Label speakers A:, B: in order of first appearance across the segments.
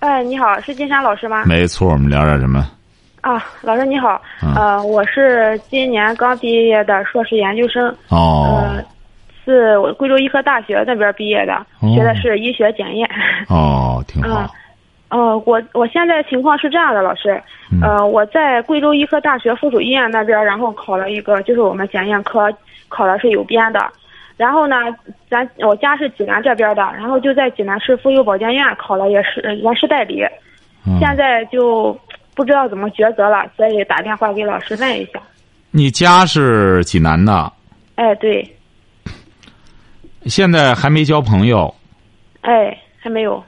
A: 哎，你好，是金山老师吗？
B: 没错，我们聊点什么？
A: 啊，老师你好，
B: 嗯
A: 呃，我是今年刚毕业的硕士研究生，
B: 哦
A: 呃，是我贵州医科大学那边毕业的，
B: 哦
A: 学的是医学检验。
B: 哦，挺好
A: 嗯，呃，我我现在情况是这样的，老师，呃，我在贵州医科大学附属医院那边，然后考了一个，就是我们检验科考的是有编的，然后呢，咱我家是济南这边的，然后就在济南市妇幼保健院考了也是呃人事代理，
B: 嗯
A: 现在就不知道怎么抉择了，所以打电话给老师问一下。
B: 你家是济南的，
A: 哎，对，
B: 现在还没交朋友，
A: 哎，还没有，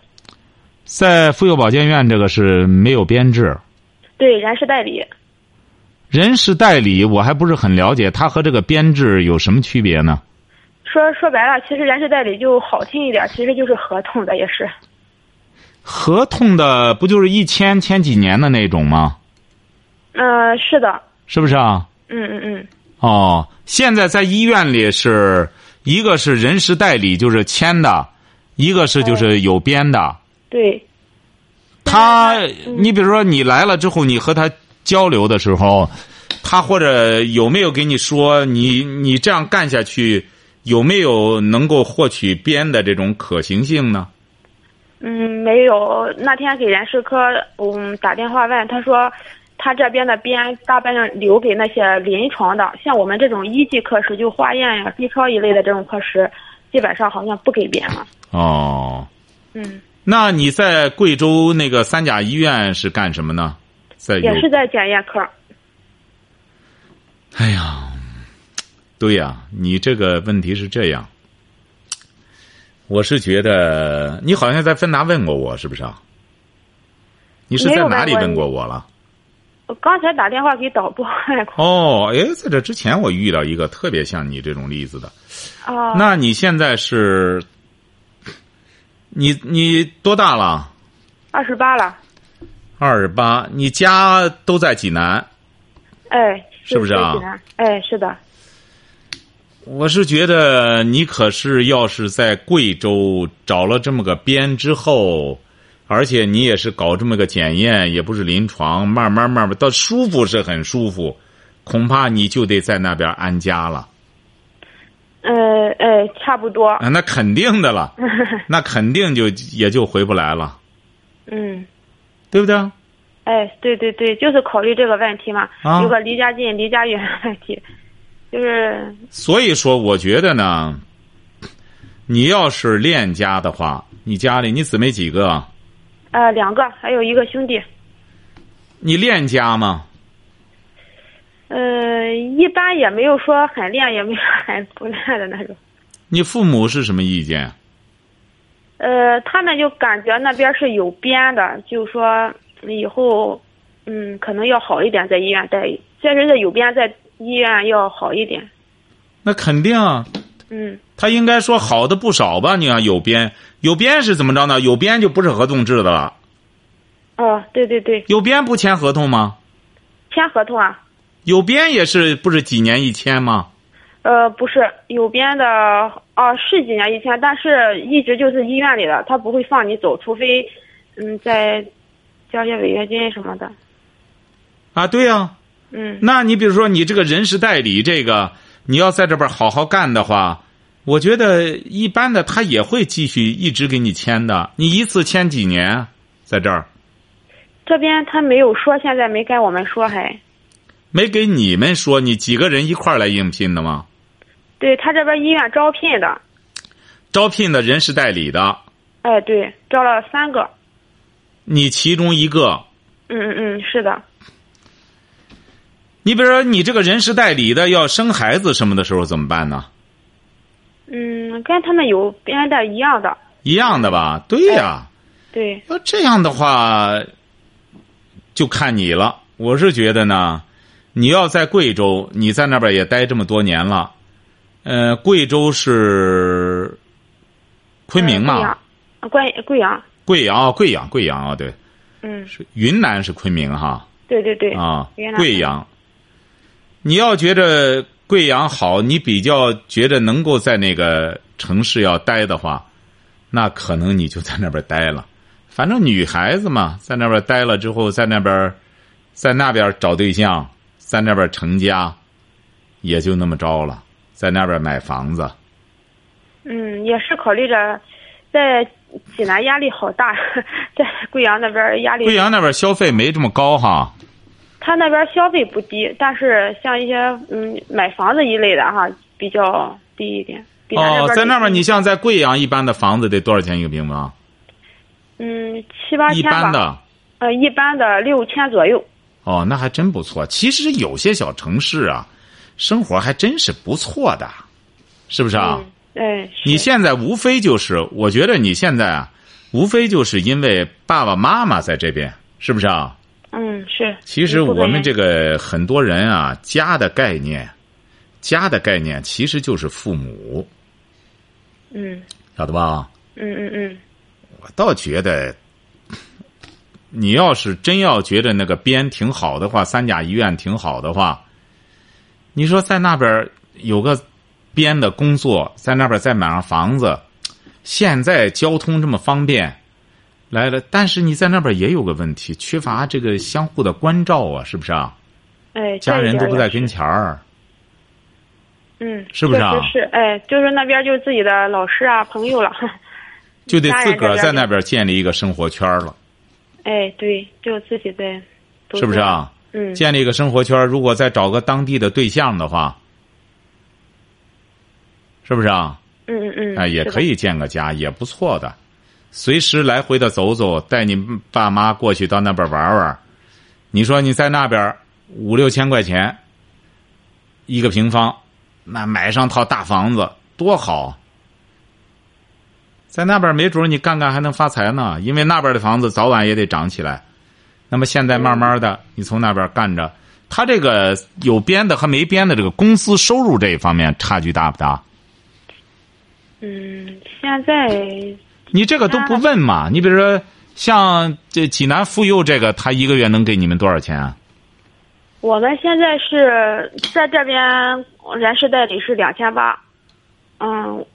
B: 在妇幼保健院这个是没有编制，
A: 对，人事代理。
B: 人事代理我还不是很了解，它和这个编制有什么区别呢？
A: 说说白了，其实人事代理就好听一点，其实就是合同的，也是。
B: 合同的不就是一签签几年的那种吗？
A: 嗯、是的，
B: 是不是啊？
A: 嗯嗯嗯，
B: 哦，现在在医院里是一个是人事代理，就是签的，一个是就是有编的。
A: 对，
B: 他，你比如说你来了之后，你和他交流的时候，他或者有没有给你说你你这样干下去有没有能够获取编的这种可行性呢？
A: 嗯，没有。那天给人事科嗯打电话问，他说他这边的编大半量留给那些临床的，像我们这种一级科室，就化验呀、B 超一类的这种科室，基本上好像不给编了。
B: 哦，
A: 嗯，
B: 那你在贵州那个三甲医院是干什么呢？在有
A: 也是在检验科。
B: 哎呀，对呀、你这个问题是这样，我是觉得你好像在芬达问过我，是不是啊？你是
A: 没
B: 在
A: 有
B: 哪
A: 问
B: 里
A: 过
B: 问
A: 你
B: 过我了？
A: 我刚才打电话给导播问过。
B: 哦，哎，在这之前我遇到一个特别像你这种例子的。
A: 哦，
B: 那你现在是，你你多大了？
A: 二十八了，
B: 二十八。你家都在济南？
A: 哎，
B: 是不是啊
A: 在济南？哎，是的，
B: 我是觉得你可是要是在贵州找了这么个编之后，而且你也是搞这么个检验，也不是临床，慢慢慢慢到舒服是很舒服，恐怕你就得在那边安家了。
A: 呃，哎，差不多，
B: 啊，那肯定的了，那肯定就也就回不来了，
A: 嗯，
B: 对不对？啊，
A: 哎，对对对，就是考虑这个问题嘛，
B: 啊
A: 有个离家近、离家远的问题，就是，
B: 所以说，我觉得呢，你要是恋家的话，你家里你姊妹几个啊？
A: 呃，两个，还有一个兄弟，
B: 你恋家吗？
A: 呃，一般也没有说很恋，也没有很 不恋的那种，
B: 你父母是什么意见？
A: 呃，他们就感觉那边是有编的，就说以后，嗯，可能要好一点，在医院待遇，确实是有编，在医院要好一点，
B: 那肯定啊，
A: 嗯。
B: 他应该说好的不少吧？你看有编，有编是怎么着呢？有编就不是合同制的了，
A: 哦，对对对，
B: 有编不签合同吗？
A: 签合同啊，
B: 有编也是不是几年一签吗？
A: 呃，不是有编的，哦，是几年一签，但是一直就是医院里的，他不会放你走，除非，嗯，再交些违约金什么的，
B: 啊，对呀、
A: 嗯，
B: 那你比如说你这个人事代理这个，你要在这边好好干的话，我觉得一般的他也会继续一直给你签的。你一次签几年？啊在这儿
A: 这边他没有说，现在没跟我们说还，
B: 没给你们说你几个人一块儿来应聘的吗？
A: 对他这边医院招聘的，
B: 招聘的人事代理的，
A: 哎，对，招了三个，
B: 你其中一个。
A: 嗯嗯嗯，是的，
B: 你比如说，你这个人事代理的要生孩子什么的时候怎么办呢？
A: 嗯，跟他们有编的一样的，
B: 一样的吧？对呀、
A: 对，
B: 要这样的话，就看你了。我是觉得呢，你要在贵州，你在那边也待这么多年了，呃，贵州是昆明嘛？
A: 呃贵阳，贵贵阳，
B: 贵阳啊，贵阳，贵阳啊，对，
A: 嗯，
B: 是云南是昆明哈
A: 对对对，
B: 啊
A: 云，南
B: 贵阳。你要觉着贵阳好，你比较觉着能够在那个城市要待的话，那可能你就在那边待了。反正女孩子嘛，在那边待了之后，在那边，在那边找对象，在那边成家，也就那么着了。在那边买房子，
A: 嗯，也是考虑着，在济南压力好大， 在贵阳那边压力，
B: 贵阳那边消费没这么高哈。
A: 他那边消费不低，但是像一些嗯买房子一类的哈，比较低一点。比咱
B: 哦，在那
A: 边
B: 边
A: 低
B: 你像在贵阳一般的房子得多少钱一个平方？
A: 嗯七八
B: 一
A: 千
B: 般
A: 吧，
B: 的。
A: 呃一般的六千左右。
B: 哦，那还真不错。其实有些小城市啊，生活还真是不错的，是不是啊？
A: 嗯，哎，是
B: 你现在无非就是，我觉得你现在啊，无非就是因为爸爸妈妈在这边，是不是啊？
A: 嗯是。
B: 其实我们这
A: 个
B: 个很多人啊，家的概念，家的概念其实就是父母，
A: 嗯
B: 晓得吧？
A: 嗯嗯嗯
B: 我倒觉得，你要是真要觉得那个边挺好的话，三甲医院挺好的话，你说在那边儿有个边的工作，在那边儿再买上房子，现在交通这么方便，来了，但是你在那边儿也有个问题，缺乏这个相互的关照啊，是不是啊？
A: 哎
B: 家人都不在
A: 给
B: 跟前儿，
A: 嗯
B: 是不是啊
A: 确实是哎就是那边就是自己的老师啊朋友了，
B: 就得
A: 家
B: 自
A: 人
B: 个儿在
A: 在边
B: 那
A: 儿
B: 边儿建立一个生活圈儿了，
A: 哎对就自己在，
B: 是不是啊？
A: 嗯
B: 建立一个生活圈儿，如果再找个当地的对象的话，是不是啊？
A: 嗯嗯嗯
B: 哎，也可以建个家，也不错的。随时来回的走走，带你爸妈过去到那边玩玩。你说你在那边五六千块钱一个平方，那买上套大房子多好。在那边没准儿你干干还能发财呢，因为那边的房子早晚也得涨起来。那么现在慢慢的，你从那边干着，他这个有编的和没编的这个工资收入这一方面差距大不大？
A: 嗯现在
B: 你这个都不问嘛？你比如说，像这济南妇幼这个，他一个月能给你们多少钱啊？
A: 我们现在是在这边人事代理是两千八，嗯，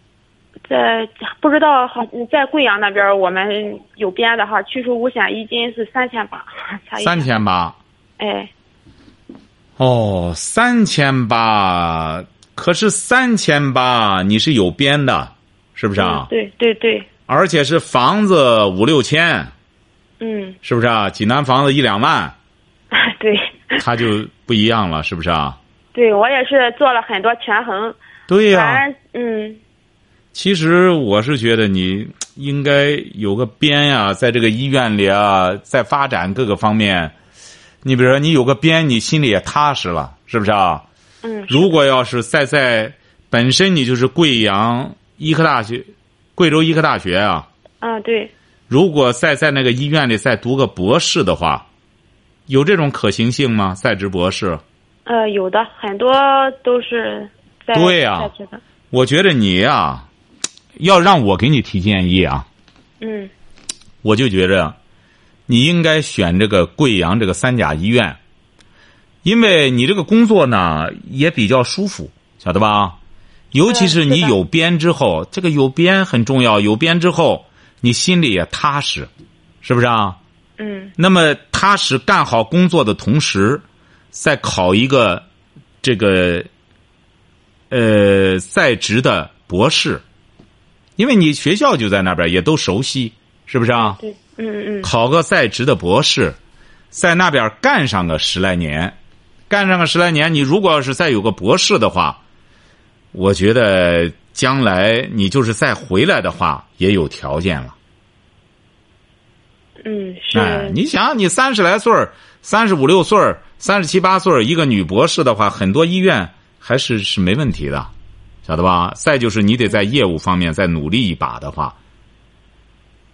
A: 在不知道好在贵阳那边我们有编的哈，去除五险一金是三千八，差啊一
B: 三千八。
A: 哎，
B: 哦，三千八，可是三千八你是有编的，是不是啊
A: 嗯？对对对，
B: 而且是房子五六千，
A: 嗯，
B: 是不是啊？济南房子一两万，
A: 对
B: 他就不一样了，是不是啊？
A: 对，我也是做了很多权衡，
B: 对啊呀、
A: 反正嗯
B: 其实我是觉得你应该有个编呀、在这个医院里啊，在发展各个方面。你比如说，你有个编，你心里也踏实了，是不是啊？
A: 嗯
B: 如果要是再在本身你就是贵阳医科大学、贵州医科大学啊，
A: 啊对，
B: 如果再在那个医院里再读个博士的话，有这种可行性吗？在职博士？
A: 呃有的很多都是在
B: 对啊呀
A: 在这个
B: 我觉得你呀、要让我给你提建议啊，
A: 嗯
B: 我就觉着，你应该选这个贵阳这个三甲医院，因为你这个工作呢也比较舒服，晓得吧？尤其是你
A: 嗯是的
B: 有编之后，这个有编很重要。有编之后，你心里也踏实，是不是啊？
A: 嗯
B: 那么踏实干好工作的同时，再考一个这个呃在职的博士，因为你学校就在那边，也都熟悉，是不是啊？
A: 对嗯嗯
B: 考个在职的博士，在那边干上个十来年，干上个十来年，你如果要是再有个博士的话，我觉得将来你就是再回来的话，也有条件了。
A: 嗯是
B: 哎，你想想，你三十来岁儿、三十五六岁儿、三十七八岁儿，一个女博士的话，很多医院还是是没问题的，晓得吧？再就是你得在业务方面再努力一把的话，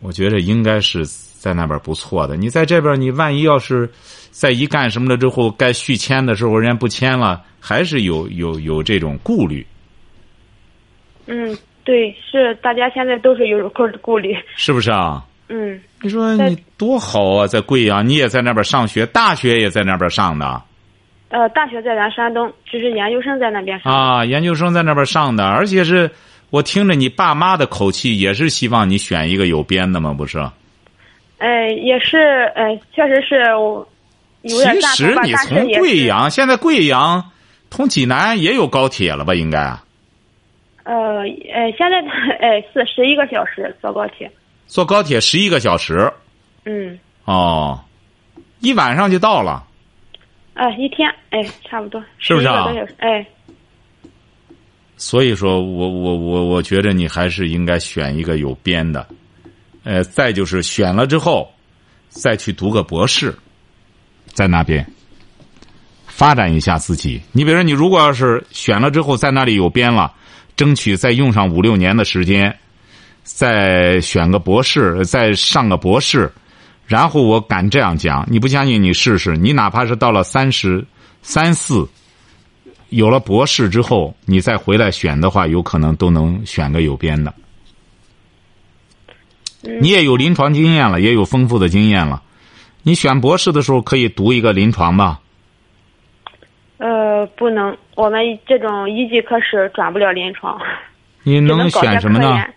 B: 我觉着应该是在那边不错的。你在这边，你万一要是再一干什么了之后，该续签的时候人家不签了，还是有有有这种顾虑。
A: 嗯，对，是大家现在都是有各种顾虑。
B: 是不是啊？
A: 嗯，
B: 你说你多好啊，在贵阳，你也在那边上学，大学也在那边上的
A: 呃，大学在咱山东，只是研究生在那边上。
B: 啊，研究生在那边上的，而且是我听着你爸妈的口气，也是希望你选一个有编的嘛，不是？
A: 呃，也是，呃，确实是我有点
B: 其
A: 大头
B: 实
A: 吧，
B: 你
A: 但是
B: 从
A: 也
B: 贵
A: 是
B: 阳，现在贵阳通济南也有高铁了吧？应该啊
A: 呃呃，现 在呃是十一个小时坐高铁，
B: 坐高铁十一个小时
A: 嗯，
B: 哦，一晚上就到了。
A: 呃一天，哎，差不多，
B: 是不是啊
A: 11个多小时哎，
B: 所以说我我我我觉着你还是应该选一个有编的，呃，再就是选了之后，再去读个博士，在那边发展一下自己。你比如说，你如果要是选了之后在那里有编了，争取再用上五六年的时间，再选个博士，再上个博士，然后我敢这样讲，你不相信你试试，你哪怕是到了三十三四。有了博士之后，你再回来选的话，有可能都能选个有编的。
A: 嗯
B: 你也有临床经验了，也有丰富的经验了。你选博士的时候可以读一个临床吧？
A: 呃，不能，我们这种一级科室转不了临床，
B: 你
A: 只能搞一些
B: 选什么
A: 科
B: 呢？
A: 研？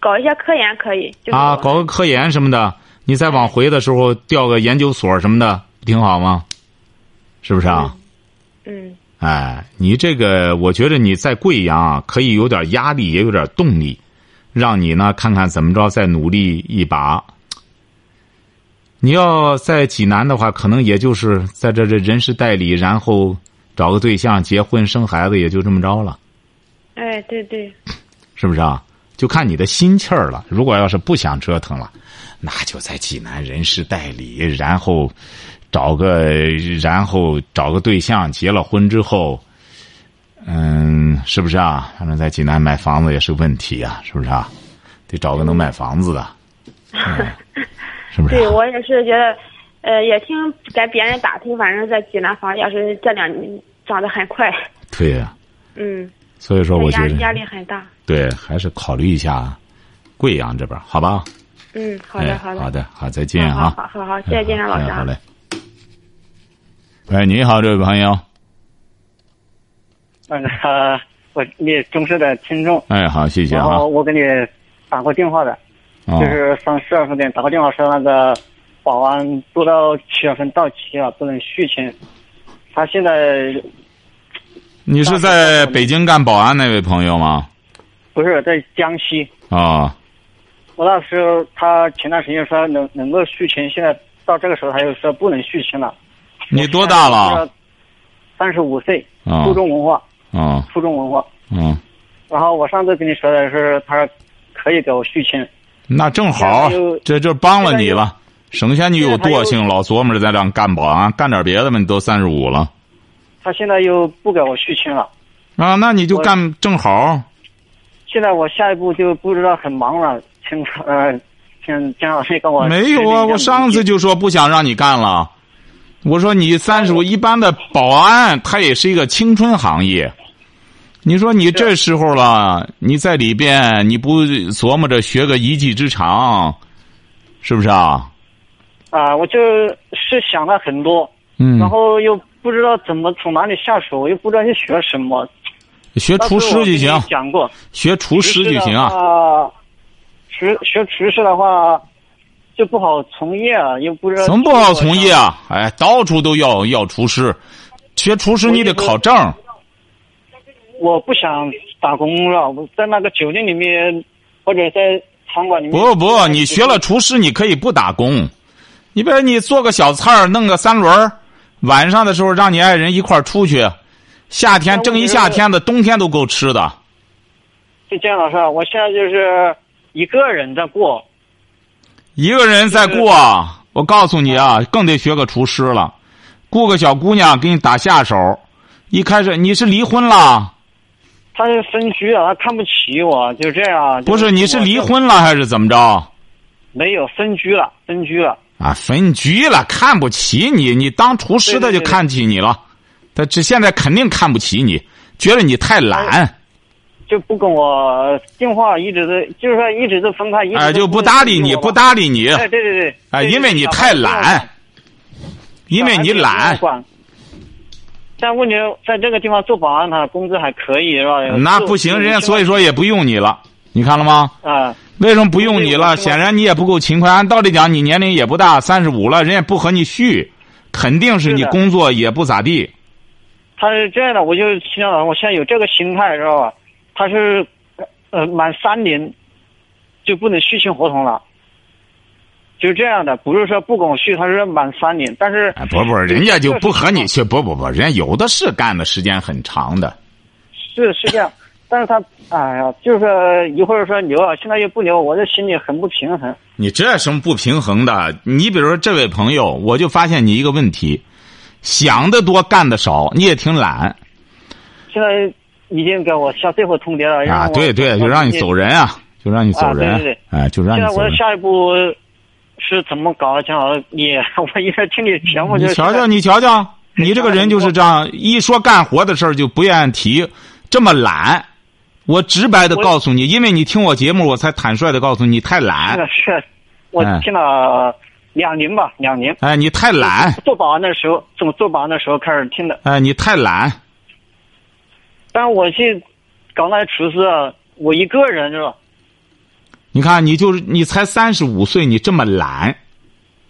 A: 搞一些科研可以，就是
B: 啊，
A: 我
B: 搞个科研什么的，你再
A: 嗯
B: 往回的时候调个研究所什么的，不挺好吗？是不是啊？
A: 嗯
B: 哎，你这个，我觉得你在贵阳啊，可以有点压力，也有点动力，让你呢看看怎么着再努力一把。你要在济南的话，可能也就是在这这人事代理，然后找个对象结婚生孩子，也就这么着了，
A: 哎，对对，
B: 是不是啊？就看你的心气儿了。如果要是不想折腾了，那就在济南人事代理，然后找个然后找个对象，结了婚之后，嗯，是不是啊？反正在济南买房子也是问题啊，是不是啊？得找个能买房子的， 嗯、是不是、
A: 对
B: 啊？
A: 我也是觉得，呃，也听给别人打听，反正在济南房价是这两年涨得很快，
B: 对呀、
A: 嗯，
B: 所以说我
A: 压
B: 觉
A: 压
B: 得
A: 力很大，
B: 对，还是考虑一下贵阳这边儿，好吧？
A: 嗯，好
B: 哎，
A: 的
B: 好
A: 的，嗯
B: 的，好，再见啊！
A: 好好好好，谢谢金山老师
B: 哎
A: 啊
B: 好。嘞。喂，你好，这位朋友。
C: 嗯，呃，我你忠实的听众，
B: 哎，好，谢谢
C: 然
B: 哈
C: 后。我给你打过电话的，
B: 啊
C: 就是上十二分点打过电话说那个保安做到七月份到期了，不能续签。他现在
B: 你是在北京干保安那位朋友吗？
C: 不是在江西，
B: 啊、
C: 我那时候他前段时间说能能够续签，现在到这个时候他又说不能续签了。
B: 你多大了？？
C: 三十五岁，
B: 啊
C: 初中文化，
B: 啊
C: 初中文化。
B: 嗯，
C: 然后我上次跟你说的是，他说可以给我续签，
B: 那正好
C: 现在又，
B: 这就帮了你了，省下你有惰
C: 现在
B: 性，老琢磨着在这儿干保安，干点别的吧。你都三十五了
C: 他现在又不给我续签了。
B: 啊，那你就
C: 我
B: 干正好。
C: 现在我下一步就不知道很茫然，请呃，请姜老师跟我
B: 没有啊，我上次就说不想让你干了。我说你三
C: 哦
B: 十五，一般的保安他也是一个青春行业。你说你这时候了，你在里边你不琢磨着学个一技之长，是不是啊？
C: 啊、我就是想了很多，
B: 嗯，
C: 然后又不知道怎么从哪里下手，又不知道去学什么。
B: 学厨
C: 当时
B: 师
C: 我
B: 就
C: 跟
B: 行
C: 你，讲过
B: 学厨师就行啊。
C: 啊。厨学厨师的话，就不好从业啊，又不知道
B: 怎么不好从业啊？哎，到处都要要厨师，学厨师你得考证。
C: 我不想打工了，我在那个酒店里面或者在餐馆里面。
B: 不不，你学了厨师，你可以不打工。你比如你做个小菜儿，弄个三轮儿，晚上的时候让你爱人一块儿出去，夏天
C: 那
B: 蒸
C: 我
B: 一
C: 觉
B: 夏
C: 得
B: 天的，冬天都够吃的。
C: 就这样老师啊，我现在就是一个人在过，
B: 一个人在过，我告诉你啊，更得学个厨师了。雇个小姑娘给你打下手，一开始你是离婚了，
C: 他是分居了，他看不起我，就这样。
B: 不？
C: 就是
B: 你是离婚了还是怎么着？
C: 没有分居了，分居了。
B: 啊，分居了，看不起你，你当厨师的
C: 对对
B: 就
C: 对
B: 看起你了，他这现在肯定看不起你，觉得你太
C: 哎
B: 懒，
C: 就不跟我电话，一直都就是说一直都分开，一直
B: 哎，
C: 都
B: 就不搭理你，不。搭理你，
C: 哎，对对对，
B: 哎，
C: 对
B: 因为你太，懒，因为你懒，
C: 管。但问题在这个地方做保安，他工资还可以是吧？
B: 那不行，人家所以说也不用你了，你看了吗？
C: 啊，
B: 为什么不用你了？
C: 对我知道
B: 显然你也不够勤快。按道理讲，你年龄也不大，三十五了，人也不和你续，肯定是你
C: 是的
B: 工作也不咋地。
C: 他是这样的，我就心想，我现在有这个心态，知道吧？他是，呃，满三年就不能续签合同了，就是这样的，不是说不跟我续，他是满三年，但是
B: 哎，不不，人家就不和你去，不不不，人家有的是干的时间很长的。
C: 是是这样，但是他，哎呀，就是说一会儿说留啊，现在又不留，我这心里很不平衡。
B: 你这有什么不平衡的？你比如说这位朋友，我就发现你一个问题，想的多，干的少，你也挺懒
C: 现在已经给我下最后通牒了，让
B: 啊。
C: 哎我
B: 对对，就让你走。人啊，就让你走人
C: 啊对对对，
B: 哎，就让
C: 现
B: 你
C: 在
B: 走
C: 我的
B: 人。
C: 下一步是怎么搞？正好也， 我一直听你节目就
B: 你
C: 是
B: 瞧瞧，你瞧瞧，你这个人就是这样，一说干活的事儿就不愿意提，这么懒。我直白的
C: 我
B: 告诉你，因为你听我节目，我才坦率的告诉你，你太懒
C: 是，是，我
B: 哎
C: 听了两年吧，两年。
B: 哎，你太 懒，
C: 做保安的时候，从做保安的时候开始听的。
B: 哎，你太懒，
C: 但我去搞那厨师，啊，我一个人是吧？
B: 你看，你就是你才三十五岁，你这么懒，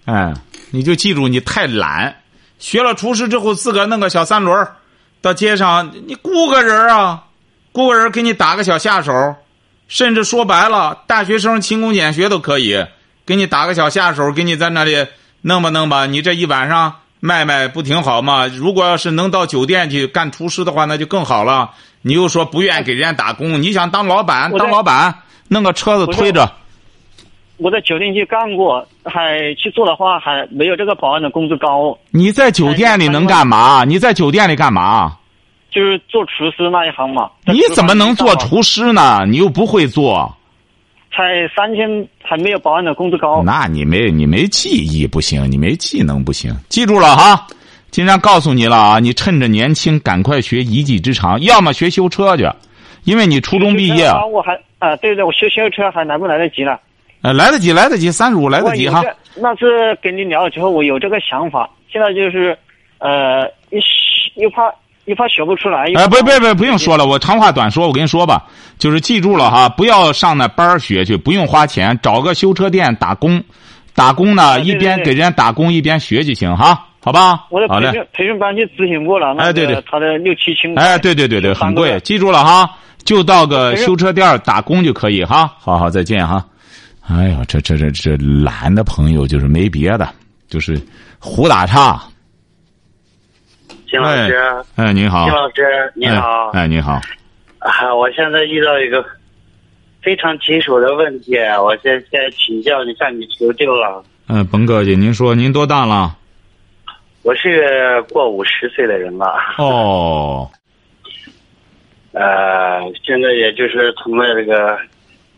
B: 哎，你就记住你太懒。学了厨师之后，自个儿弄个小三轮儿到街上你雇个人儿啊，雇个人儿给你打个小下手，甚至说白了，大学生勤工俭学都可以，给你打个小下手，给你在那里弄吧弄吧，你这一晚上卖卖不挺好吗？如果要是能到酒店去干厨师的话，那就更好了。你又说不愿意给人家打工，你想当老板，
C: 我在
B: 当老板弄个车子
C: 我在
B: 推着，
C: 我在酒店去干过，还去做的话，还没有这个保安的工资高。
B: 你在酒店里能干嘛？哎你在酒店里干嘛？
C: 就是做厨师那一行嘛。在
B: 你
C: 厨房
B: 怎么能
C: 里干
B: 做
C: 嘛？
B: 厨师呢？你又不会做，
C: 才三千，还没有保安的工资高。
B: 那你没你没技艺不行，你没技能不行。记住了哈，金山告诉你了啊，你趁着年轻赶快学一技之长，要么学修车去，因为你初中毕业，
C: 啊，我还啊，对对，我修修车还来不来得及了？
B: 呃，来得及，来得及，三十五来得及哈
C: 我有。这。那次跟你聊了之后，我有这个想法，现在就是，呃，又又怕又怕学不出来。又
B: 哎，
C: 怕
B: 不不不，不用说了，我长话短说，我跟你说吧，就是记住了哈，不要上那班儿学去，不用花钱，找个修车店打工，打工呢
C: 对
B: 一
C: 对
B: 边
C: 啊对
B: 给人家打工一边学就行哈，好吧？
C: 我的
B: 好
C: 培
B: 嘞，
C: 训培训班去咨询过了，那
B: 哎对
C: 个
B: 对
C: 他的六七千块。
B: 哎，对对对对，
C: 就
B: 很
C: 三个
B: 贵，
C: 月
B: 记住了哈，就到个
C: 培训
B: 修车店儿打工就可以哈，好好再见哈。哎呦，这这这这懒的朋友就是没别的，就是胡打岔。
D: 金老师，
B: 哎，您好
D: 金，老师你好、
B: 哎，哎您好，
D: 啊！我现在遇到一个非常棘手的问题，我现现在请教你，向你求救了。
B: 嗯，甭客气，您说您多大了？
D: 我是过五十岁的人了，
B: 哦。
D: 呃，现在也就是存在这个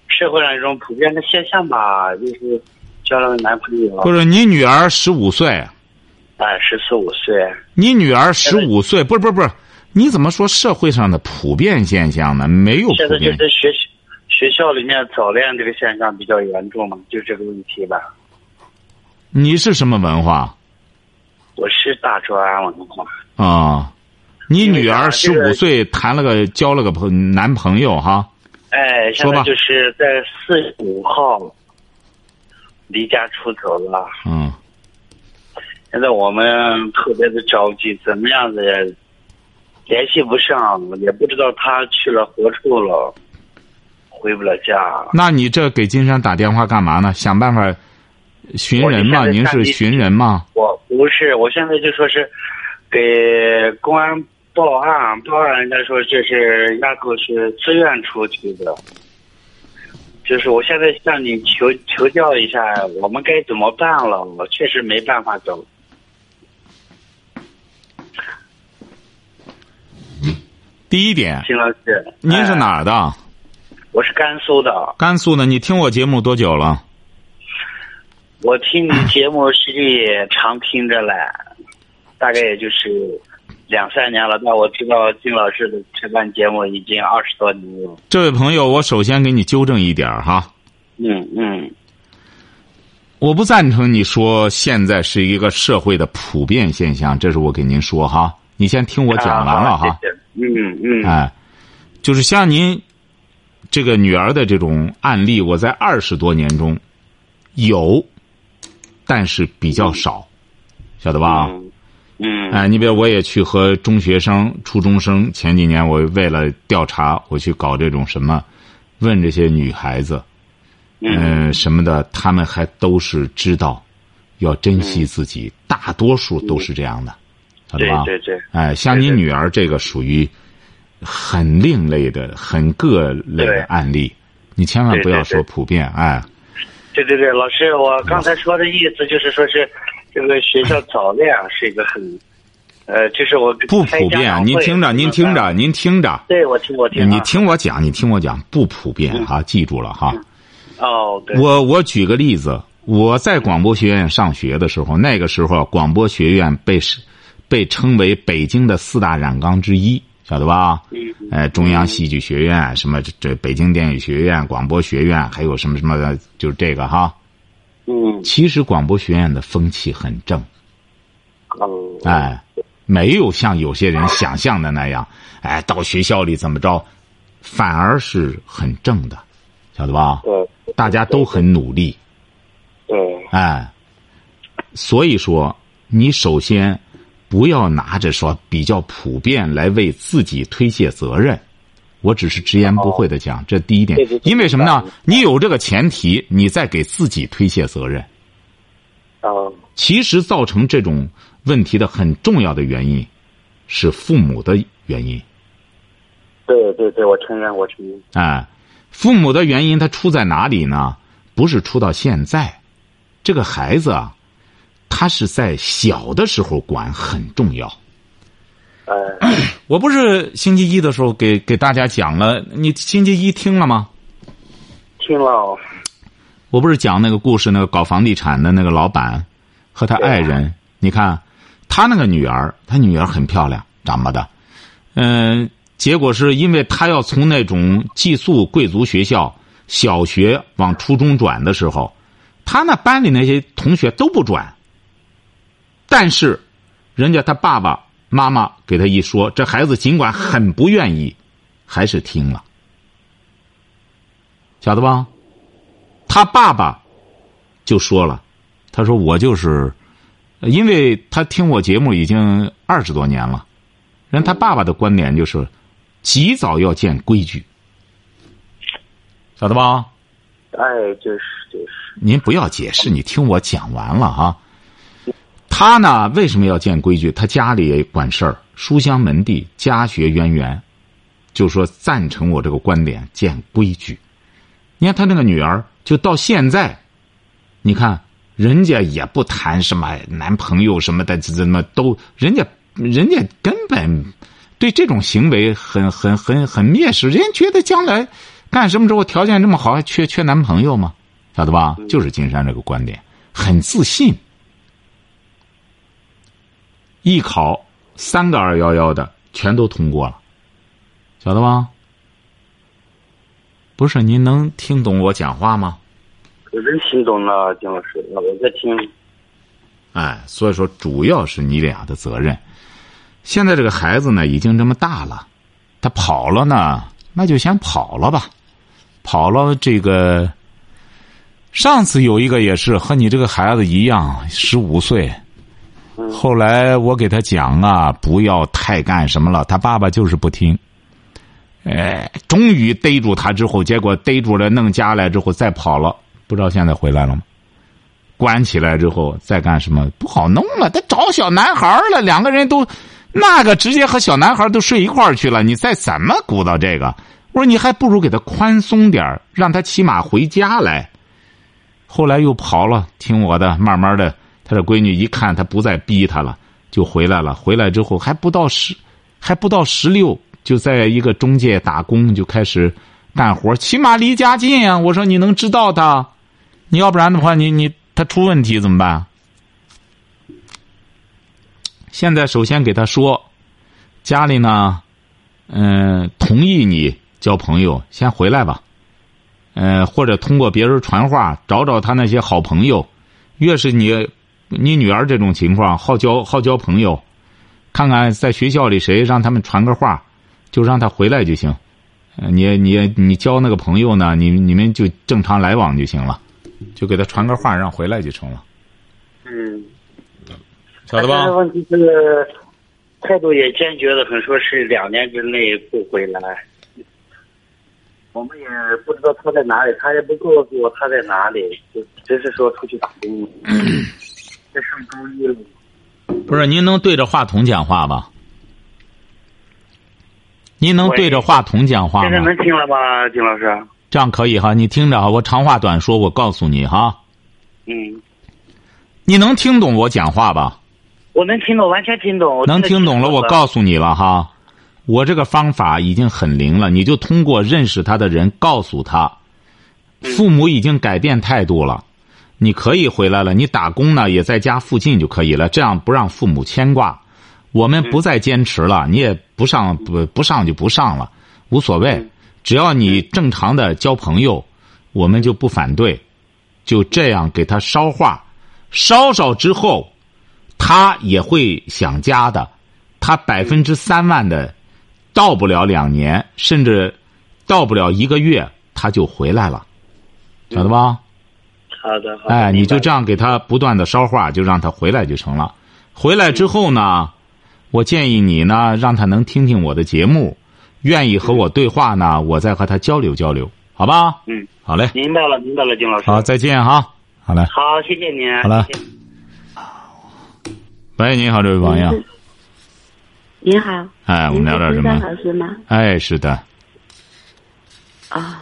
D: 社会上一种普遍的现象吧，就是交了个男朋友，
B: 不是你女儿十五岁，
D: 哎，十四五岁，
B: 你女儿十
D: 哎
B: 五岁，不是不是不是，你怎么说社会上的普遍现象呢？没有
D: 现
B: 普
D: 在就
B: 遍，
D: 是学习学校里面早恋这个现象比较严重嘛，就这个问题吧。
B: 你是什么文化
D: 我是大专文化。
B: 啊？你女儿
D: 这
B: 十
D: 个
B: 五岁谈了个交了个朋男朋友哈？
D: 哎，现
B: 说吧
D: 在就是在四月五号离家出走了。
B: 嗯，
D: 现在我们特别的着急，怎么样子也联系不上，也不知道他去了何处了，回不了家。
B: 那你这给金山打电话干嘛呢？想办法寻人吗？
D: 我就
B: 您
D: 现在
B: 是
D: 在地
B: 寻人吗？
D: 我不是，我现在就说是给公安报案，报案人家说这是丫头是自愿出去的。就是我现在向你求求教一下，我们该怎么办了？我确实没办法走。
B: 第一点，
D: 金老师，
B: 您是
D: 哎
B: 哪儿的？
D: 我是甘肃的，
B: 甘肃的。你听我节目多久了？
D: 我听你节目其实也常听着嘞，大概也就是两三年了。但我知道金老师的这档节目已经二十多年了。
B: 这位朋友，我首先给你纠正一点儿哈，
D: 嗯嗯
B: 我不赞成你说现在是一个社会的普遍现象，这是我给您说哈。你先听我讲完了哈。
D: 啊好谢谢嗯嗯，
B: 哎，就是像您这个女儿的这种案例，我在二十多年中有，但是比较少，晓得吧？
D: 嗯嗯
B: 哎，你比如我也去和中学生、初中生，前几年我为了调查，我去搞这种什么，问这些女孩子，
D: 嗯
B: 嗯、什么的，她们还都是知道要珍惜自己，大多数都是这样的，晓得
D: 对
B: 吧？
D: 嗯对对，
B: 哎，像你
D: 对对
B: 女儿这个属于很另类的、很各类
D: 对
B: 的案例，你千万
D: 对
B: 不要
D: 对
B: 说
D: 对
B: 普遍，哎，
D: 对对对，老师，我刚才说的意思就是说是这个学校早恋啊是一个很，呃，就是我
B: 不
D: 开
B: 普
D: 家长
B: 遍。啊
D: 会
B: 您听着，您听，着，您听着，
D: 对我听我听啊，
B: 你听我讲，你听我讲，不普遍
D: 嗯
B: 哈，记住了哈。
D: 哦，对，
B: 我我举个例子，我在广播学院上学的时候，那个时候啊广播学院被是被称为北京的四大染缸之一，晓得吧？
D: 嗯嗯
B: 呃，中央戏剧学院什么这这北京电影学院、广播学院，还有什么什么的，就是这个哈。
D: 嗯
B: 其实广播学院的风气很正，
D: 哦，
B: 哎，没有像有些人想象的那样，哎，到学校里怎么着，反而是很正的，晓得吧？
D: 对
B: 大家都很努力，
D: 对，
B: 哎，所以说，你首先不要拿着说比较普遍来为自己推卸责任。我只是直言不讳的讲，这第一点
D: 对对，对
B: 因为什么呢
D: 明？
B: 你有这个前提，你再给自己推卸责任。
D: 哦
B: 其实造成这种问题的很重要的原因，是父母的原因。
D: 对对对，我承认我承认，
B: 哎，父母的原因它出在哪里呢？不是出到现在，这个孩子啊，他是在小的时候管很重要。
D: 呃，
B: 我不是星期一的时候给给大家讲了，你星期一听了吗？
D: 听了，
B: 我不是讲那个故事，那个搞房地产的那个老板和他爱人，你看他那个女儿，他女儿很漂亮，长得的，嗯、结果是因为他要从那种寄宿贵族学校小学往初中转的时候，他那班里那些同学都不转，但是人家他爸爸妈妈给他一说，这孩子尽管很不愿意，还是听了，晓得吧？他爸爸就说了，他说我就是，呃因为他听我节目已经二十多年了，人他爸爸的观点就是，及早要建规矩，晓得吧？
D: 哎，就是就是，
B: 您不要解释，你听我讲完了哈、他呢，为什么要建规矩？他家里也管事儿，书香门第，家学渊源，就说赞成我这个观点，建规矩。你看他那个女儿，就到现在，你看人家也不谈什么男朋友什么的，怎么都，人家人家根本对这种行为很很很很蔑视，人家觉得将来干什么之后条件这么好，还缺缺男朋友吗？晓得吧？就是金山这个观点，很自信。艺考三个二幺幺的全都通过了，晓得吧？不是您能听懂我讲话吗？
D: 我真听懂了，金老师，我在听，
B: 哎，所以说主要是你俩的责任。现在这个孩子呢，已经这么大了，他跑了呢，那就先跑了吧。跑了这个，上次有一个也是和你这个孩子一样，十五岁。后来我给他讲啊，不要太干什么了，他爸爸就是不听。哎，终于逮住他之后，结果逮住了，弄家来之后再跑了，不知道现在回来了吗？关起来之后再干什么不好弄了。他找小男孩儿了，两个人都那个直接和小男孩儿都睡一块儿去了，你再怎么鼓捣这个？我说你还不如给他宽松点儿让他起码回家来。后来又跑了，听我的，慢慢的，他的闺女一看他不再逼他了，就回来了。回来之后还不到十，还不到十六，就在一个中介打工，就开始干活，起码离家近啊。我说你能知道他，你要不然的话，你你他出问题怎么办？现在首先给他说，家里呢，嗯、同意你交朋友，先回来吧。呃，或者通过别人传话找找他那些好朋友，越是你，你女儿这种情况好交好交朋友，看看在学校里谁让他们传个话，就让他回来就行。呃你你你交那个朋友呢，你你们就正常来往就行了，就给他传个话让回来就成了，
D: 嗯，
B: 晓得吧
D: 但是？问题是，态度也坚决的很，说是两年之内不回来。我们也不知道他在哪里，他也不告诉我他在哪里，就只是说出去打工。这上周一了，
B: 不是，您能对着话筒讲话吧？您能
D: 喂
B: 对着话筒讲话
D: 现在
B: 吗？
D: 能听了吧，金老师？
B: 这样可以哈，你听着哈，我长话短说，我告诉你哈，
D: 嗯，
B: 你能听懂我讲话吧？
D: 我能听懂，完全听懂。我
B: 能
D: 真的
B: 听懂了，我告诉你了哈，我这个方法已经很灵了，你就通过认识他的人告诉他，
D: 嗯
B: 父母已经改变态度了，你可以回来了，你打工呢也在家附近就可以了，这样不让父母牵挂。我
D: 嗯
B: 们不再坚持了，你也不上不不上就不上了，无所
D: 嗯
B: 谓，只要你正常的交朋友，我们就不反对，就这样给他捎话，捎捎之后，他也会想家的。他百分之三万的，到不了两年，甚至到不了一个月，他就回来了，晓得吧？
D: 好的，好的
B: 哎，你就这
D: 样。
B: 样给他不断的捎话，就让他回来就成了。回来之后呢，我建议你呢，让他能听听我的节目，愿意和我对话呢，我再和他交流交流，好吧？
D: 嗯，
B: 好嘞，
D: 明白了，明白了，金老师。
B: 好，再见哈，好嘞。
D: 好，谢谢您。
B: 好了
D: 谢谢
B: 喂，你好，这位朋友，
D: 嗯
A: 嗯您好，
B: 哎，我们聊点什
A: 您是
B: 么
A: 金？山老师吗？
B: 哎，是的，
A: 啊、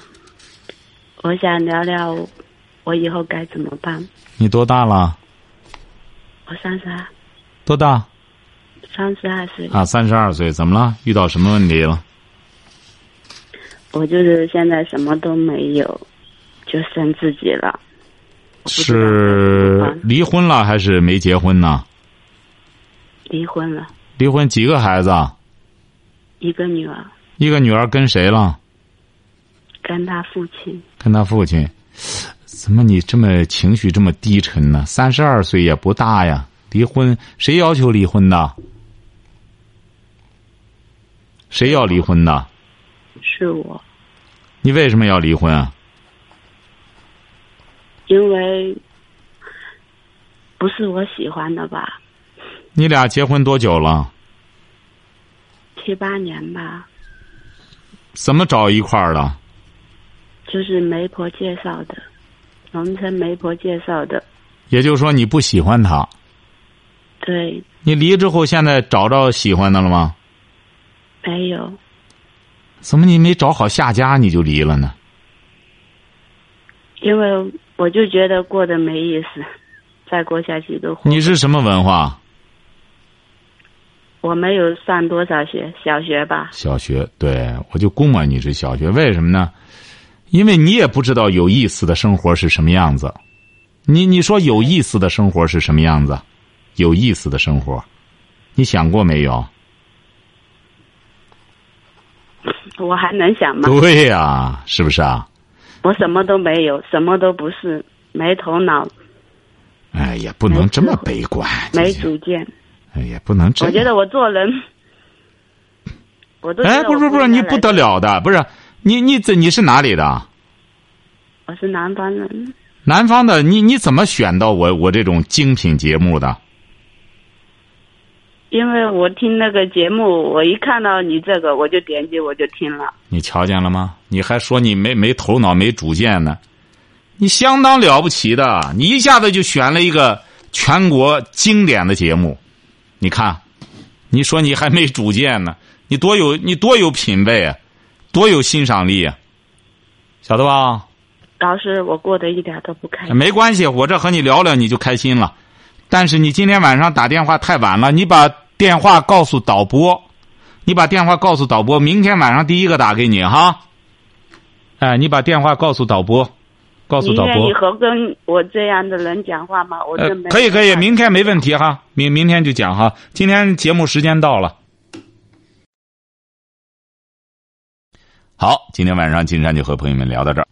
A: 我想聊聊我以后该怎么办。
B: 你多大了？
A: 我三十二，
B: 多大？
A: 三十二岁，
B: 啊，三十二岁，怎么了？遇到什么问题了？
A: 我就是现在什么都没有，就剩自己了。知道
B: 是离婚了还是没结婚呢？
A: 离婚了，
B: 离婚几个孩子？啊？
A: 一个女儿
B: 一个女儿跟谁了？
A: 跟她父亲，
B: 跟他父亲。怎么你这么情绪这么低沉呢？三十二岁也不大呀，离婚谁要求离婚的？谁要离婚的？
A: 是我，
B: 你为什么要离婚啊？
A: 因为不是我喜欢的吧，
B: 你俩结婚多久了？
A: 七八年吧，
B: 怎么找一块儿的？
A: 就是媒婆介绍的，农村媒婆介绍的，
B: 也就是说你不喜欢他，
A: 对，
B: 你离之后现在找着喜欢的了吗？
A: 没有，
B: 怎么你没找好下家你就离了呢？
A: 因为我就觉得过得没意思，再过下去都活
B: 你是什么文化？
A: 我没有上多少学，小学吧，
B: 小学，对我就估摸你是小学，为什么呢？因为你也不知道有意思的生活是什么样子。你你说有意思的生活是什么样子？有意思的生活，你想过没有？
A: 我还能想吗？
B: 对呀、是不是啊？
A: 我什么都没有，什么都不是，没头脑，
B: 哎，也不能这么悲观，
A: 没
B: 这些
A: 主见。
B: 哎也不能这
A: 我
B: 样。
A: 觉得我做人，我都觉得
B: 哎，不是
A: 我
B: 不是，你
A: 应该来
B: 不得了的，不是你你这你是哪里的？
A: 我是南方人，
B: 南方的，你你怎么选到我我这种精品节目的？
A: 因为我听那个节目，我一看到你这个，我就点击我就听了。
B: 你瞧见了吗？你还说你没没头脑、没主见呢？你相当了不起的，你一下子就选了一个全国经典的节目。你看，你说你还没主见呢，你多有你多有品位啊，多有欣赏力啊，晓得吧？
A: 老师，我过得一点都不开心。
B: 没关系，我这和你聊聊你就开心了。但是你今天晚上打电话太晚了，你把电话告诉导播，你把电话告诉导播，明天晚上第一个打给你哈。哎，你把电话告诉导播，告诉
A: 你
B: 导
A: 愿
B: 播
A: 意。和跟我这样的人讲话吗？我
B: 呃
A: 真没、，
B: 可以可以，明天没问题哈，明明天就讲哈。今天节目时间到了。好，今天晚上金山就和朋友们聊到这儿。